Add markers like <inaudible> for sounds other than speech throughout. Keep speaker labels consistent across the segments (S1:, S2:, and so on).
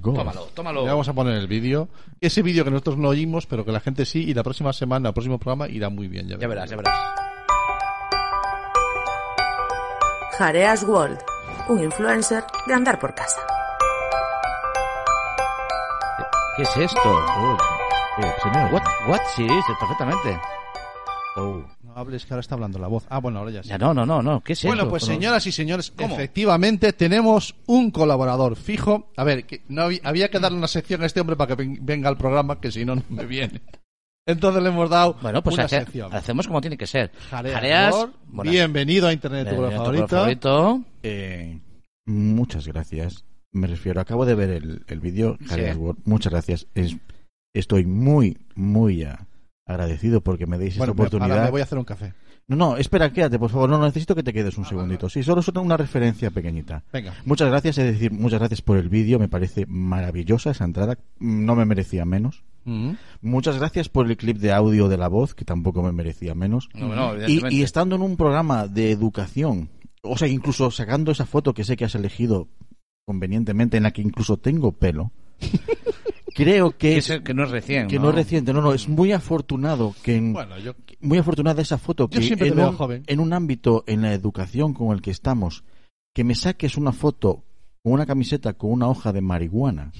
S1: God.
S2: Tómalo, tómalo.
S1: Ya vamos a poner el vídeo. Ese vídeo que nosotros no oímos, pero que la gente sí, y la próxima semana, el próximo programa irá muy bien. Ya,
S2: Ya verás, ya verás.
S3: Jareas World, un influencer de andar por casa.
S4: ¿Qué es esto? Oh, eh, señor, what, what? Sí, sí, perfectamente. Oh.
S1: No hables que ahora está hablando la voz. Ah, bueno, ahora ya sí.
S4: Ya no, no, no, no. ¿Qué es
S1: Bueno,
S4: esto?
S1: pues
S4: Pero-
S1: señoras y señores,
S2: ¿Cómo?
S1: efectivamente tenemos un colaborador fijo. A ver, que no había, había que darle una sección a este hombre para que ven- venga al programa, que si no, no me viene. Entonces le hemos dado
S4: Bueno, pues
S1: una
S4: hace-
S1: sección.
S4: hacemos como tiene que ser.
S1: Jareas
S4: Jareas,
S1: World,
S4: buenas-
S1: bienvenido a Internet, tu programa
S4: bienvenido a tu
S1: favorito.
S4: favorito.
S5: Eh, muchas gracias. Me refiero, acabo de ver el, el vídeo. Jareas World. Muchas gracias. Es- estoy muy, muy ah, agradecido porque me deis
S1: Bueno,
S5: esta
S1: pues ahora
S5: oportunidad.
S1: me voy a hacer un café.
S5: No, no, espera, quédate, por favor. No, no, necesito que te quedes
S1: Ah,
S5: un segundito. Sí, solo solo una referencia pequeñita.
S1: Venga.
S5: Muchas gracias, es decir, muchas gracias por el vídeo. Me parece maravillosa esa entrada. No me merecía menos.
S1: Mm.
S5: Muchas gracias por el clip de audio de la voz, que tampoco me merecía menos.
S2: No, no,
S5: Y,
S2: evidentemente.
S5: y estando en un programa de educación, o sea, incluso sacando esa foto que sé que has elegido convenientemente, en la que incluso tengo pelo, <laughs> creo
S4: Que,
S5: que,
S4: es el que no es recién.
S5: que no es reciente, no, no, es muy afortunado que en-
S1: Bueno, yo
S5: muy afortunada esa foto
S1: Yo
S5: que
S1: siempre te
S5: en,
S1: veo
S5: un,
S1: joven.
S5: en un ámbito en la educación con el que estamos, que me saques una foto con una camiseta con una hoja de marihuana.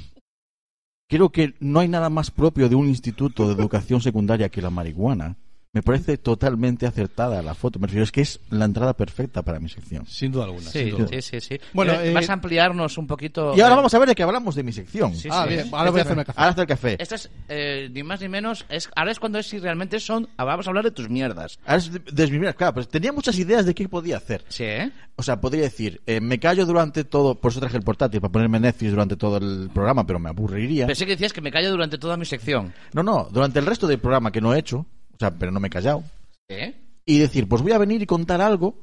S5: Creo que no hay nada más propio de un instituto de educación secundaria que la marihuana. Me parece totalmente acertada la foto. Me refiero, es que es la entrada perfecta para mi sección.
S1: sin duda alguna. sin
S4: Sí,
S1: duda alguna.
S4: sí, sí, sí.
S1: Bueno,
S4: Eh,
S1: eh,
S4: vas a ampliarnos un poquito.
S5: Y ahora
S4: eh,
S5: vamos a ver de qué hablamos de mi sección.
S4: Sí,
S1: Ah,
S4: sí.
S1: bien, ahora voy a hacerme café.
S5: Ahora está el café.
S4: Esto es eh, ni más ni menos. Es, ahora es cuando es si realmente son. ah, Vamos a hablar de tus mierdas.
S5: Ahora es desmimir. Claro, pues tenía muchas ideas de qué podía hacer.
S4: Sí, ¿eh?
S5: O sea, podría decir, eh, me callo durante todo, por eso traje el portátil, para ponerme Netflix durante todo el programa, pero me aburriría.
S4: Pensé que decías que me callo durante toda mi sección.
S5: No, no, durante el resto del programa que no he hecho, o sea, pero no me he callado.
S4: ¿Eh?
S5: Y decir, pues voy a venir y contar algo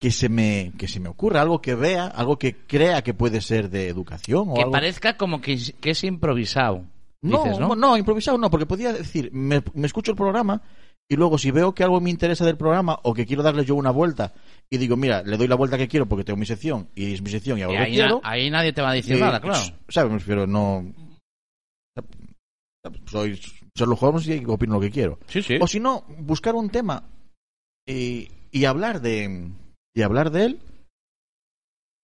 S5: que se me, que se me ocurra, algo que vea, algo que crea que puede ser de educación o
S4: Que
S5: algo.
S4: parezca como que, que es improvisado.
S5: No,
S4: dices,
S5: no, no, improvisado no, porque podía decir, me, me escucho el programa y luego si veo que algo me interesa del programa o que quiero darle yo una vuelta y digo, mira, le doy la vuelta que quiero porque tengo mi sección y es mi sección y hago
S4: Y
S5: lo que
S4: ahí, na-
S5: quiero.
S4: ahí nadie te va a decir
S5: Eh,
S4: nada, claro.
S5: s- ¿Sabes? Me refiero, no. Soy Sherlock Holmes y opino lo que quiero.
S4: Sí, sí.
S5: O si no, buscar un tema y, y hablar de. Y hablar de él.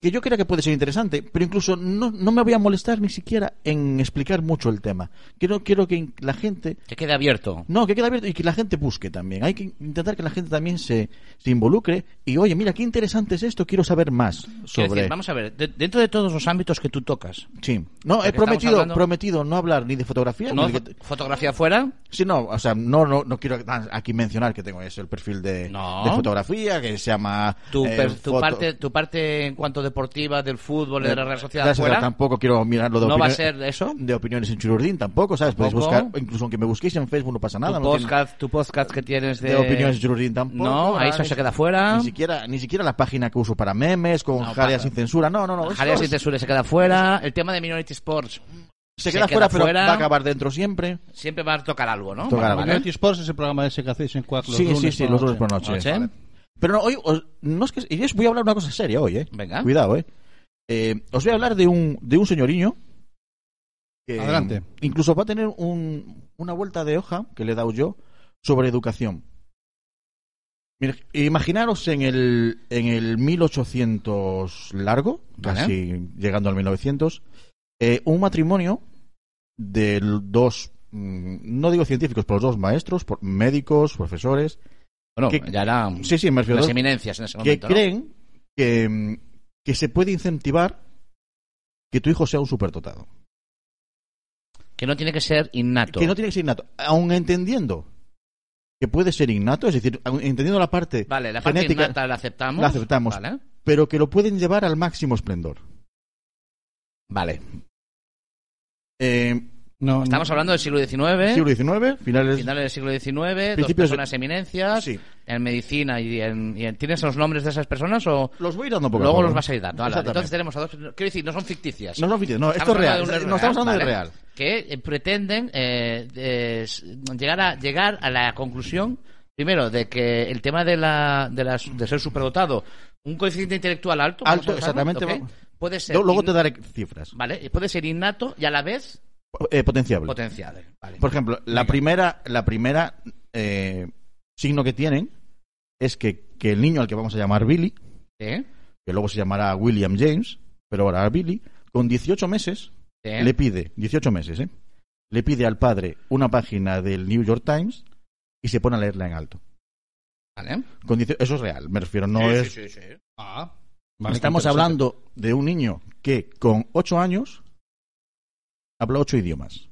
S5: Que yo creo que puede ser interesante, pero incluso no, no me voy a molestar ni siquiera en explicar mucho el tema. Quiero, quiero que in- la gente.
S4: Que quede abierto.
S5: No, que quede abierto y que la gente busque también. Hay que intentar que la gente también se, se involucre y, oye, mira, qué interesante es esto, quiero saber más
S4: Quiero
S5: sobre.
S4: decir, vamos a ver, de- dentro de todos los ámbitos que tú tocas,
S5: Sí. No,
S4: Porque
S5: he prometido,
S4: estamos hablando-
S5: prometido no hablar ni de fotografía.
S4: ¿no?
S5: ni de-
S4: ¿Fotografía fuera?
S5: Sí, no, o sea, no, no, no quiero ah, aquí mencionar que tengo eso, el perfil de,
S4: No.
S5: de fotografía, que se llama...
S4: Tu,
S5: eh,
S4: per- tu
S5: foto-
S4: parte, tu parte en cuanto deportiva, del fútbol, de la Real Sociedad
S5: Real
S4: fuera,
S5: Tampoco quiero mirarlo de
S4: ¿no va a
S5: opiniones-
S4: ser eso?
S5: De opiniones en Chururdín, tampoco, ¿sabes? Podéis
S4: Tampoco.
S5: buscar, incluso aunque me busquéis en Facebook no pasa nada.
S4: tu,
S5: no tiene-
S4: podcast, tu podcast que tienes de...
S5: de opiniones en Chururdín tampoco.
S4: No, ahí eso
S5: ni-
S4: se queda fuera.
S5: Ni siquiera, ni siquiera la página que uso para memes, con
S4: No,
S5: Jarea
S4: pasa.
S5: sin censura, no, no, no. eso
S4: Jarea
S5: es-
S4: sin censura se queda fuera. El tema de Minority Sports
S5: se queda fuera, pero
S4: fuera.
S5: va a acabar dentro siempre.
S4: siempre va a tocar algo, ¿no?
S5: Tocar algo.
S4: Vale,
S1: Minority Sports es el programa ese que hacéis en cuatro
S5: sí,
S1: los lunes
S5: sí, sí,
S1: por
S5: los
S1: la
S5: lunes por
S1: noche.
S5: noche.
S4: Noche.
S5: Pero no, hoy os- no es que y os voy a hablar una cosa seria hoy, eh.
S4: Venga.
S5: Cuidado, eh. Eh, os voy a hablar de un de un señoriño que
S1: Adelante.
S5: incluso va a tener un- una vuelta de hoja que le he dado yo sobre educación. Mira, imaginaros en el en el 1800 largo,
S4: Vale.
S5: casi llegando al 1900, eh, un matrimonio de l- dos mm, no digo científicos, pero los dos maestros, por- médicos, profesores,
S4: Bueno,
S5: ¿Qué-
S4: ya era
S5: Sí, sí, me refiero
S4: las
S5: a-
S4: eminencias en ese
S5: que
S4: momento, ¿no?
S5: creen que, mm, que se puede incentivar que tu hijo sea un superdotado.
S4: Que no tiene que ser innato.
S5: Que no tiene que ser innato. Aun entendiendo que puede ser innato, es decir, aun entendiendo la parte,
S4: Vale, la parte
S5: genética,
S4: innata la aceptamos.
S5: la aceptamos,
S4: Vale.
S5: pero que lo pueden llevar al máximo esplendor.
S4: Vale.
S5: Eh,
S1: No,
S4: Estamos hablando del siglo XIX,
S5: siglo XIX, finales...
S4: finales del siglo XIX, dos
S5: Principios-
S4: personas eminencias,
S5: Sí.
S4: en medicina y en, y en- ¿Tienes los nombres de esas personas o
S5: Los voy a ir dando poco a
S4: luego
S5: poco.
S4: los vas a ir dando? Vale,
S5: Exactamente.
S4: entonces tenemos a dos... Quiero decir, no son ficticias.
S5: No, no, fíjate, no, esto
S4: Estamos
S5: es real.
S4: hablando de un
S5: no estamos hablando de
S4: ¿vale?
S5: real.
S4: Que eh, pretenden eh, de- s- llegar, a, llegar a la conclusión, primero, de que el tema de, la, de, las- de ser superdotado, un coeficiente intelectual alto, vamos
S5: Alto,
S4: a dejarlo,
S5: exactamente,
S4: ¿ok?
S5: vamos.
S4: Puede ser.
S5: Luego- Luego
S4: in-
S5: te daré cifras
S4: Vale, puede ser innato y a la vez
S5: eh, potenciables.
S4: potencial. Vale.
S5: Por ejemplo, la
S4: Venga.
S5: primera, la primera eh, signo que tienen es que, que el niño al que vamos a llamar Billy,
S4: ¿Eh?
S5: que luego se llamará William James, pero ahora Billy, con 18 meses,
S4: ¿Eh?
S5: le pide, 18 meses, ¿eh? le pide al padre una página del New York Times y se pone a leerla en alto.
S4: Vale.
S5: Con 18 eso es real, me refiero, no
S4: Sí,
S5: es...
S4: sí, sí, sí.
S1: Ah, vale,
S5: Estamos
S1: qué interesante.
S5: hablando de un niño que con 8 años habla 8 idiomas.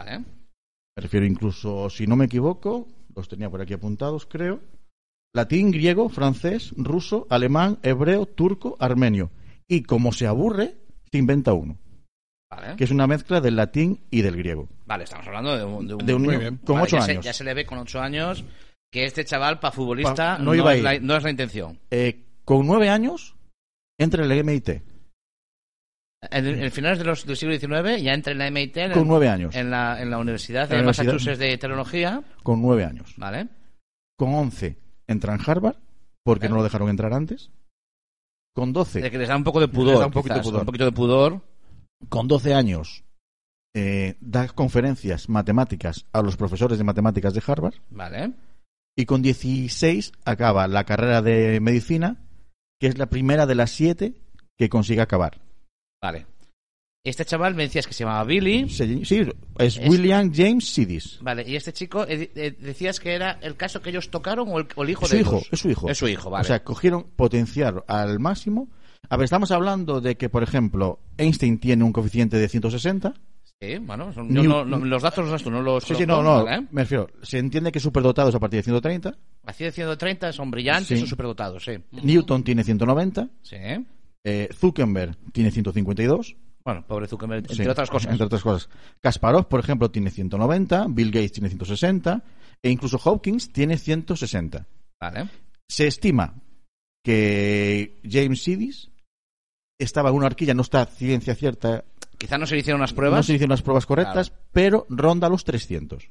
S4: Vale.
S5: Me refiero incluso, si no me equivoco, los tenía por aquí apuntados, creo. Latín, griego, francés, ruso, alemán, hebreo, turco, armenio. Y como se aburre, se inventa uno,
S4: Vale.
S5: que es una mezcla del latín y del griego.
S4: Vale, estamos hablando de un, de un-
S5: De un
S1: Muy
S5: niño
S1: bien.
S5: con
S4: Vale,
S5: ocho
S4: ya se-
S5: años.
S4: ya se le ve con ocho años que este chaval, para futbolista,
S5: Pa-
S4: no,
S5: no iba a
S4: es
S5: ir.
S4: la, no es la intención.
S5: Eh, con nueve años, entra en el MIT.
S4: En, en finales de los, del siglo XIX ya entra en la MIT, en,
S5: Con nueve años.
S4: en la, en la Universidad
S5: En
S4: de
S5: la universidad.
S4: Massachusetts de Tecnología.
S5: Con nueve años.
S4: Vale.
S5: Con once, entra en Harvard, porque
S4: ¿Eh?
S5: no lo dejaron entrar antes. Con doce.
S4: Es que les da un poco de
S5: Les da
S4: pudor.
S5: un poquito de
S4: quizás,
S5: pudor.
S4: un de pudor.
S5: con 12 años eh, da conferencias matemáticas a los profesores de matemáticas de Harvard
S4: Vale.
S5: y con 16 acaba la carrera de medicina, que es la primera de las siete que consigue acabar.
S4: Vale. Este chaval me decías que se llamaba Billy.
S5: Se- sí, es,
S4: Es-
S5: William James Sidis.
S4: Vale, y este chico, eh, eh, decías que era el caso que ellos tocaron o el, o el hijo
S5: Es su
S4: de
S5: hijo,
S4: ellos.
S5: es su hijo.
S4: Es su hijo, vale.
S5: O sea, cogieron potenciar al máximo. A ver, estamos hablando de que, por ejemplo, Einstein tiene un coeficiente de 160.
S4: Sí, bueno, son-
S5: Ni
S4: yo no-
S5: un-
S4: no- los datos los tú no los
S5: Sí, sí, no,
S4: conozco,
S5: no.
S4: ¿vale?
S5: Me refiero, se entiende que superdotados a partir de 130.
S4: Así de 130 son brillantes,
S5: Sí.
S4: son superdotados, sí.
S5: Newton tiene 190.
S4: Sí.
S5: Eh, Zuckerberg tiene 152.
S4: Bueno, pobre Zuckerberg, entre
S5: Sí,
S4: otras cosas.
S5: Entre otras cosas. Kasparov, por ejemplo, tiene 190. Bill Gates tiene 160. E incluso Hopkins tiene 160.
S4: Vale.
S5: Se estima que James Sidis estaba en una horquilla, no está ciencia cierta,
S4: Quizá no se le hicieron unas
S5: no
S4: pruebas.
S5: se hicieron las pruebas correctas, pero ronda los 300.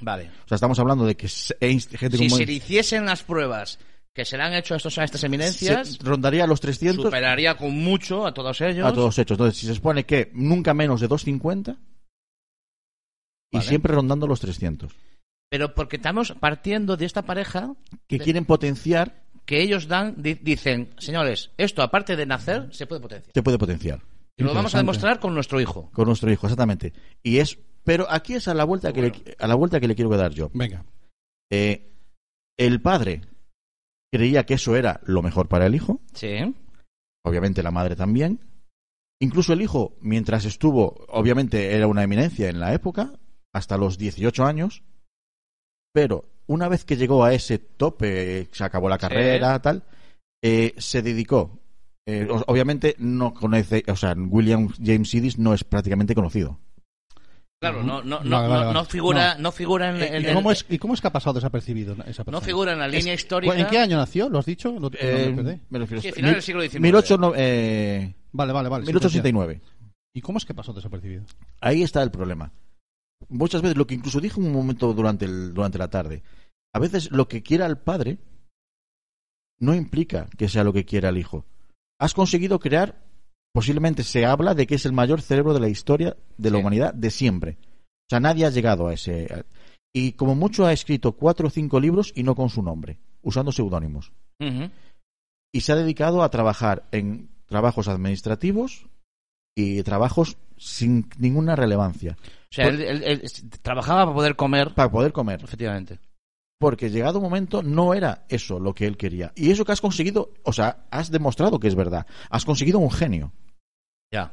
S4: Vale.
S5: O sea, estamos hablando de que se- Einstein- gente
S4: Si
S5: como
S4: se le hiciesen las pruebas que se le han hecho a, estos, a estas eminencias,
S5: se- rondaría los 300
S4: superaría con mucho a todos ellos.
S5: a todos hechos. Entonces, si se supone que nunca menos de 250 y
S4: Vale.
S5: siempre rondando los 300.
S4: Pero porque estamos partiendo de esta pareja
S5: que
S4: Sí.
S5: quieren potenciar,
S4: que ellos dan, di- dicen, señores, esto aparte de nacer, se puede potenciar.
S5: te puede potenciar.
S4: Y lo vamos a
S1: Interesante.
S4: demostrar con nuestro hijo.
S5: Con nuestro hijo, exactamente. Y es, pero aquí es a la vuelta que le, a la vuelta que le quiero dar yo.
S1: Venga.
S5: Eh, el padre creía que eso era lo mejor para el hijo,
S4: Sí.
S5: obviamente la madre también. Incluso el hijo, mientras estuvo, obviamente era una eminencia en la época, hasta los 18 años, pero una vez que llegó a ese tope, se acabó la carrera, tal, eh, se dedicó. Eh, o- obviamente no conoce, o sea, William James Sidis no es prácticamente conocido.
S4: Claro, no, no, no,
S1: Vale, vale,
S4: no- no
S1: vale.
S4: figura, no. figura en, en
S1: ¿Y
S4: el-
S1: cómo, es, ¿Y cómo es que ha pasado desapercibido esa persona?
S4: no figura en la
S1: Es-
S4: línea histórica.
S1: ¿En qué año nació? ¿Lo has dicho? Lo- no
S5: Eh,
S1: me acordé.
S5: me refiero
S4: Sí,
S5: a-
S4: final
S5: mil-
S4: del siglo XIX.
S5: 18 no- eh,
S1: Vale, vale, vale. sí, te entiendo.
S5: 1869.
S1: ¿Y cómo es que pasó desapercibido?
S5: Ahí está el problema. Muchas veces, lo que incluso dije un momento durante, el- durante la tarde, a veces lo que quiera el padre no implica que sea lo que quiera el hijo. Has conseguido crear, posiblemente se habla de que es el mayor cerebro de la historia de la
S4: Sí.
S5: humanidad de siempre. O sea, nadie ha llegado a ese... a- y como mucho ha escrito cuatro o cinco libros y no con su nombre, usando seudónimos.
S4: Ujú.
S5: Y se ha dedicado a trabajar en trabajos administrativos y trabajos sin ninguna relevancia.
S4: O sea,
S1: Pues-
S4: él, él- él s- trabajaba para poder comer,
S5: para poder comer.
S4: efectivamente.
S5: Porque llegado un momento no era eso lo que él quería. Y eso que has conseguido, o sea, has demostrado que es verdad. Has conseguido un genio.
S4: Ya.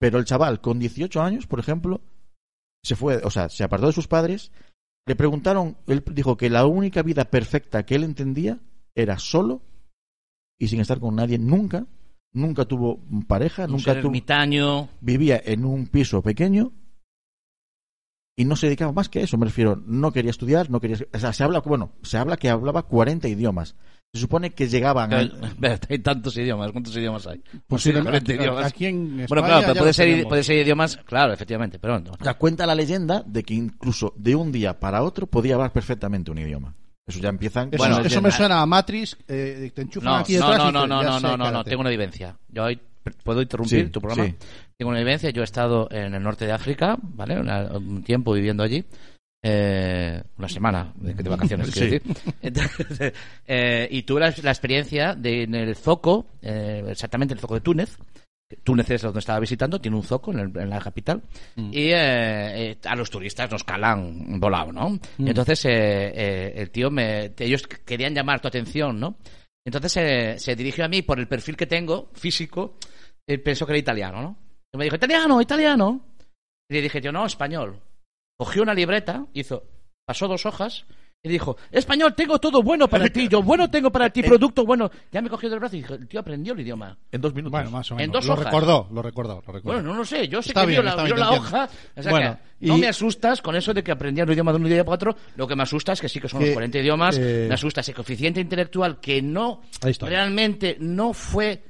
S5: Pero el chaval con 18 años, por ejemplo, se fue, o sea, se apartó de sus padres. Le preguntaron, él dijo que la única vida perfecta que él entendía era solo y sin estar con nadie nunca. Nunca tuvo
S1: Ah,
S5: pareja,
S4: Un
S5: nunca
S4: ser
S5: tuvo,
S4: ermitaño.
S5: vivía en un piso pequeño y no se dedicaba más que a eso, me refiero, no quería estudiar, no quería, o sea, se habla, bueno, se habla que hablaba 40 idiomas. Se supone que llegaban
S4: Pero- <laughs>
S5: al-
S4: pero Hay tantos idiomas. ¿Cuántos idiomas hay?
S5: Pues
S1: Posiblemente.
S4: Posiblemente idiomas.
S1: Aquí en España
S4: Bueno, claro,
S1: ya
S4: pero puede
S1: los
S4: ser,
S1: tenemos.
S4: puede ser idiomas, claro, efectivamente, pero no.
S5: o sea, cuenta la leyenda de que incluso de un día para otro podía hablar perfectamente un idioma. Eso ya empiezan
S1: Eso,
S4: Bueno,
S1: eso
S5: leyenda.
S1: me suena a Matrix. eh, te enchufan
S4: No,
S1: aquí
S4: no,
S1: detrás.
S4: no,
S1: y
S4: no,
S1: te-
S4: no,
S1: ya
S4: no,
S1: sé,
S4: no, no,
S1: cállate.
S4: tengo una vivencia. Yo hoy ¿Puedo interrumpir
S5: Sí,
S4: tu programa?
S5: sí.
S4: Tengo una vivencia. Yo he estado en el norte de África, ¿vale? Una- un tiempo viviendo allí. Eh, una semana de, de vacaciones, quiero
S5: Sí.
S4: decir. <laughs> Entonces, eh, y tuve la, la experiencia de en el zoco, eh, exactamente el zoco de Túnez. Túnez es donde estaba visitando, tiene un zoco en, el- en la capital. Y eh, eh, a los turistas nos calan volado, ¿no? Entonces eh, eh, el tío me. Ellos querían llamar tu atención, ¿no? Entonces eh, se dirigió a mí por el perfil que tengo, físico, él pensó que era italiano, ¿no? Y me dijo, italiano, italiano. Y le dije yo, no, español. Cogió una libreta, hizo, pasó dos hojas y dijo, español, tengo todo bueno para ti, yo bueno tengo
S1: <laughs>
S4: para
S1: Eh,
S4: ti, producto bueno. Ya me cogió del brazo y dijo, el tío aprendió el idioma.
S2: En dos minutos.
S1: Bueno, más o
S4: En
S1: menos.
S4: dos
S1: lo
S4: hojas.
S1: recordó, lo recordó, lo recordó.
S4: Bueno, no lo sé, yo sé
S1: Está
S4: que
S1: bien,
S4: vio, la,
S1: está bien,
S4: vio la
S1: entiendo.
S4: hoja. O sea
S1: Bueno,
S4: que no
S1: y-
S4: me asustas con eso de que aprendían un idioma de un idioma para otro. Lo que me asusta es que sí que son
S1: Que,
S4: los 40 idiomas.
S1: eh,
S4: Me asusta ese coeficiente intelectual que no
S1: Ahí está.
S4: realmente no fue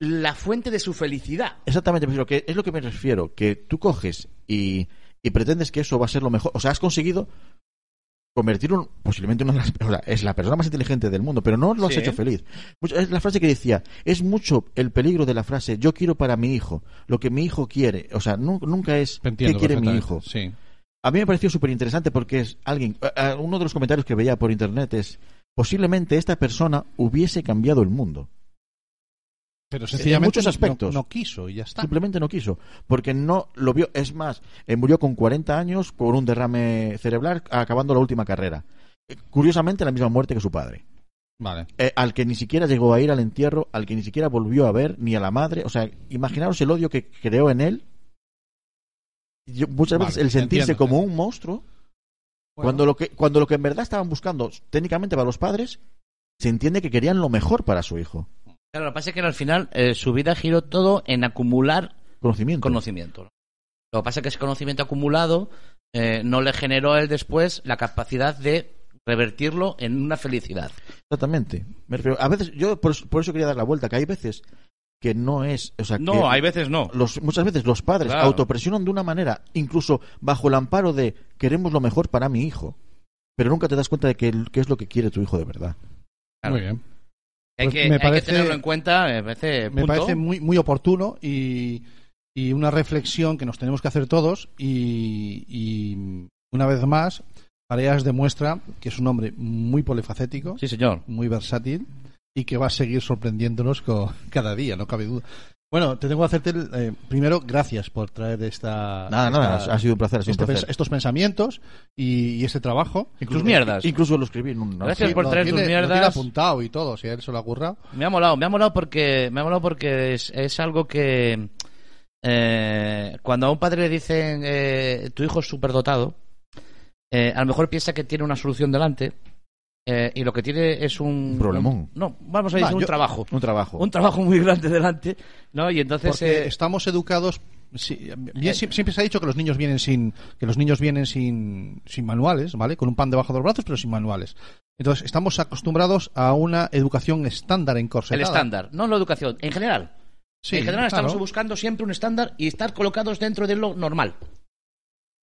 S4: la fuente de su felicidad.
S5: Exactamente, pero que es lo que me refiero, que tú coges y, y pretendes que eso va a ser lo mejor. O sea, has conseguido convertir un, posiblemente una de las, o sea, es la persona más inteligente del mundo, pero no lo has
S4: Sí.
S5: hecho feliz. Mucho- Es la frase que decía, es mucho el peligro de la frase, yo quiero para mi hijo, lo que mi hijo quiere. O sea, nu- nunca es,
S1: Te entiendo
S5: ¿qué quiere mi
S1: perfectamente, Sí.
S5: hijo? A mí me pareció súper interesante porque es alguien, a- a- uno de los comentarios que veía por internet es, posiblemente esta persona hubiese cambiado el mundo.
S1: Pero sencillamente
S5: muchos
S1: no-
S5: aspectos.
S1: No, quiso y ya está.
S5: Simplemente no quiso, porque no lo vio. Es más, eh, murió con 40 años por un derrame cerebral acabando la última carrera. Eh, Curiosamente, la misma muerte que su padre.
S1: Vale.
S5: Eh, al que ni siquiera llegó a ir al entierro, al que ni siquiera volvió a ver, ni a la madre. O sea, imaginaros el odio que creó en él. Yo- muchas
S1: Vale,
S5: veces el sentirse
S1: entiendo.
S5: como un monstruo, cuando, lo que, cuando lo que en verdad estaban buscando técnicamente para los padres, se entiende que querían lo mejor para su hijo.
S4: Claro, lo que pasa es que al final eh, su vida giró todo en acumular
S5: Conocimiento.
S4: conocimiento. ¿no? Lo que pasa es que ese conocimiento acumulado eh, no le generó a él después la capacidad de revertirlo en una felicidad.
S5: Exactamente. Me refiero- a veces, yo por, por eso quería dar la vuelta, que hay veces que no es. O sea, que
S4: No, hay veces no.
S1: Pues
S5: los, muchas veces los padres
S4: Claro.
S5: autopresionan de una manera, incluso bajo el amparo de queremos lo mejor para mi hijo. Pero nunca te das cuenta de que, que es lo que quiere tu hijo de verdad.
S4: Claro.
S1: Muy bien.
S4: Hay,
S1: Pues
S4: que,
S1: me
S4: hay que
S1: parece-
S4: tenerlo en cuenta. Me parece,
S1: Me
S4: punto.
S1: parece muy, muy oportuno y, y una reflexión que nos tenemos que hacer todos. Y, y una vez más, Areas demuestra que es un hombre muy polifacético,
S4: Sí, señor.
S1: muy versátil y que va a seguir sorprendiéndonos co- <laughs> cada día, no cabe duda. Bueno, te tengo que hacerte el, eh, primero gracias por traer
S4: Ah,
S1: esta,
S5: Nada, nada,
S1: esta-
S5: ha sido un placer. ha sido
S1: este
S5: un placer.
S1: pens- estos pensamientos y, y este trabajo.
S4: Tus mierdas.
S5: Incluso lo escribí en un.
S4: Gracias
S1: Sí,
S4: por
S1: lo
S4: traer
S1: tiene-
S4: tus
S1: lo
S4: mierdas.
S1: tiene apuntado y todo, si a él se lo ha currado.
S4: Me ha molado, me ha molado porque, me ha molado porque es, es algo que eh, cuando a un padre le dicen eh, tu hijo es superdotado, eh, a lo mejor piensa que tiene una solución delante eh, y lo que tiene es un,
S5: Un problemón.
S4: no, vamos a decir
S1: Va,
S4: un
S1: yo-
S4: trabajo,
S5: Un trabajo.
S4: un trabajo muy grande delante, ¿no? Y entonces
S1: porque
S4: eh,
S1: estamos educados sí, bien,
S4: eh,
S1: sie- siempre se ha dicho que los niños vienen sin que los niños vienen sin, sin manuales vale con un pan debajo de los brazos pero sin manuales entonces estamos acostumbrados a una educación estándar
S4: el
S1: encorsetada
S4: estándar, no la educación, en general.
S1: sí,
S4: en general
S1: claro.
S4: estamos buscando siempre un estándar y estar colocados dentro de lo normal.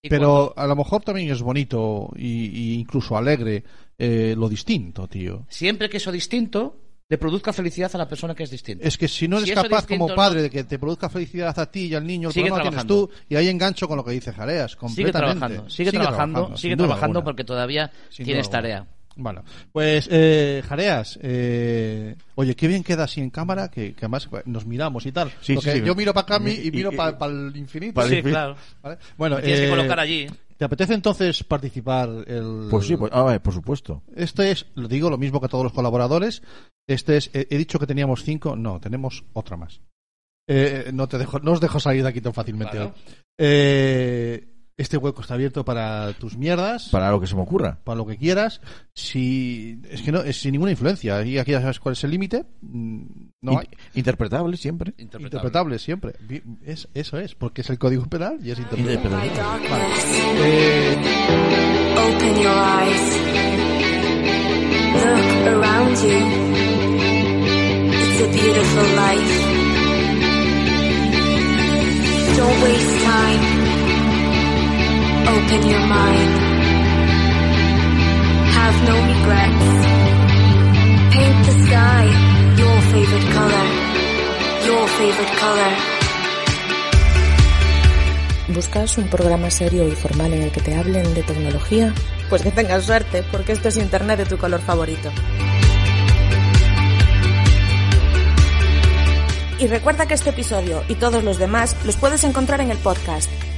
S4: Y
S1: pero a lo mejor también es bonito y, y incluso alegre eh, lo distinto tío
S4: siempre que eso distinto le produzca felicidad a la persona que es distinta.
S1: es que si no
S4: Si
S1: eres
S4: eso
S1: capaz
S4: distinto
S1: como
S4: no-
S1: padre de que te produzca felicidad a ti y al niño el
S4: Sigue
S1: problema lo tienes
S4: trabajando.
S1: tú y ahí engancho con lo que dice Jareas
S4: Sigue
S1: completamente
S4: trabajando, sigue, trabajando, sigue
S1: sin duda
S4: trabajando
S1: alguna.
S4: porque todavía
S1: Sin
S4: tienes
S1: duda
S4: tarea.
S1: alguna. Bueno, pues eh, Jareas, eh, oye, qué bien queda así en cámara, que, que además nos miramos y tal.
S5: Sí,
S1: Porque
S5: sí, sí.
S1: yo miro para acá mi- y,
S5: Y-
S1: miro
S5: y-
S1: para el infinito.
S5: Pa'l
S4: Sí,
S5: infinito.
S4: claro.
S1: ¿Vale? Bueno,
S4: Me tienes que
S1: eh,
S4: colocar allí.
S1: ¿Te apetece entonces participar? El...
S5: Pues sí, pues, ah, eh, por supuesto.
S1: Este es, lo digo lo mismo que a todos los colaboradores. Este es, he, he dicho que teníamos cinco, no, tenemos otra más. Eh, no, te dejo, no os dejo salir de aquí tan fácilmente.
S4: Claro.
S1: ¿eh? Eh, este hueco está abierto para tus mierdas
S5: Para lo que se me ocurra.
S1: para lo que quieras. Si es que no es sin ninguna influencia. Y aquí ya sabes cuál es el límite. Mm, No hay
S5: In- Interpretable siempre.
S1: interpretable siempre. Vi- Es, eso es, porque es el código penal
S5: Ah.
S1: y es interpretable.
S5: Interpretable.
S1: Eh,
S6: Open your eyes. Look around you. It's a beautiful life. Don't waste time. Open your mind. Have no regrets. Paint the sky your favorite color. Your favorite color.
S2: ¿Buscas un programa serio y formal en el que te hablen de tecnología?
S3: Pues que tengas suerte, porque esto es internet de tu color favorito. Y recuerda que este episodio y todos los demás los puedes encontrar en el podcast